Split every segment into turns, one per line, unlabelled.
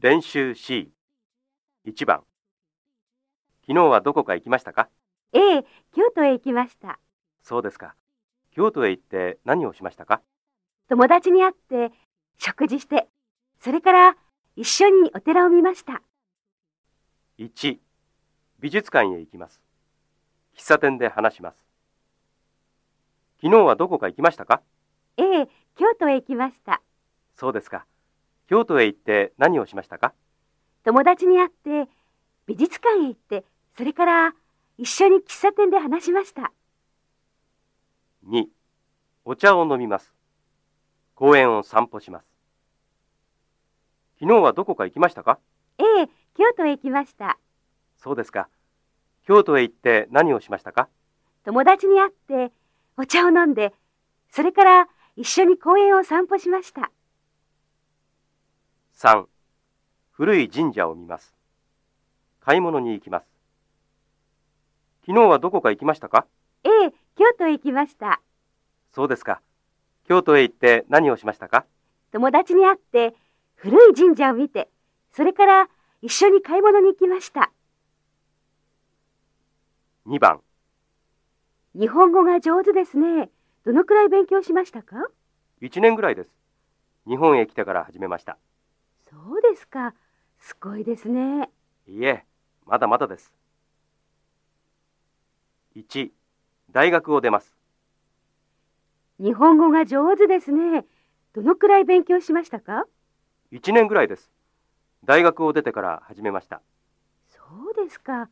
練習 C 1番昨日はどこか行きましたか
ええ、京都へ行きました。
そうですか京都へ行って何をしましたか
友達に会って、食事して、それから一緒にお寺を見ました。
1美術館へ行きます喫茶店で話します昨日はどこか行きましたか
ええ、京都へ行きました。
そうですか京都へ行って何をしましたか
友達に会って、美術館へ行って、それから一緒に喫茶店で話しました。
2お茶を飲みます公園を散歩します昨日はどこか行きましたか
ええ、京都へ行きました。
そうですか京都へ行って何をしましたか
友達に会って、お茶を飲んで、それから一緒に公園を散歩しました。
3古い神社を見ます買い物に行きます昨日はどこか行きましたか
ええ、京都へ行きました。
そうですか京都へ行って何をしましたか
友達に会って古い神社を見てそれから一緒に買い物に行きました
2番
日本語が上手ですねどのくらい勉強しましたか
1年ぐらいです日本へ来てから始めました
そうですかすごいですね
いいえまだまだです1大学を出ます
日本語が上手ですねどのくらい勉強しましたか
1年ぐらいです大学を出てから始めました
そうですか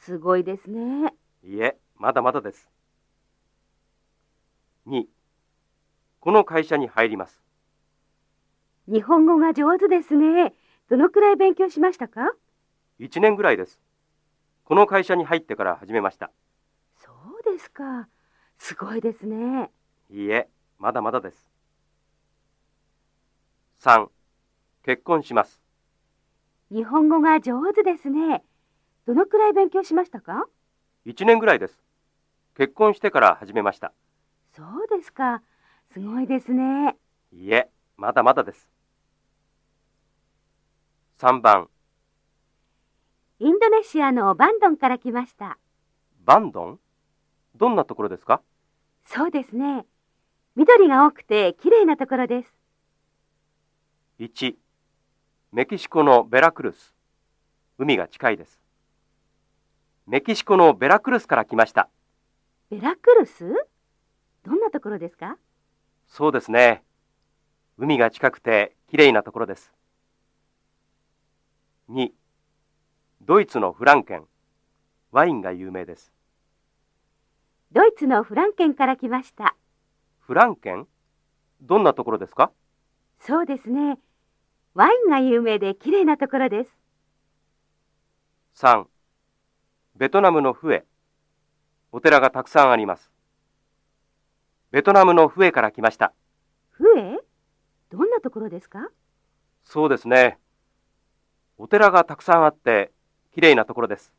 すごいですね
いいえまだまだです2この会社に入ります
日本語が上手ですねどのくらい勉強しましたか
1年ぐらいです。この会社に入ってから始めました。
そうですかすごいですね
いいえ、まだまだです。3. 結婚します。
日本語が上手ですねどのくらい勉強しましたか
1年ぐらいです。結婚してから始めました。
そうですか。すごいですね。
いいえ、まだまだです。3番、
インドネシアのバンドンから来ました。
バンドンどんなところですか
そうですね。緑が多くて綺麗なところです。
?1. メキシコのベラクルス。海が近いです。メキシコのベラクルスから来ました。
ベラクルスどんなところですか
そうですね。海が近くて綺麗なところです。2. ドイツのフランケン。ワインが有名です。
ドイツのフランケンから来ました。
フランケンどんなところですか
そうですね。ワインが有名で綺麗なところです。
?3. ベトナムのフエ。お寺がたくさんあります。ベトナムのフエから来ました。
フエどんなところですか
そうですね。お寺がたくさんあって綺麗なところです。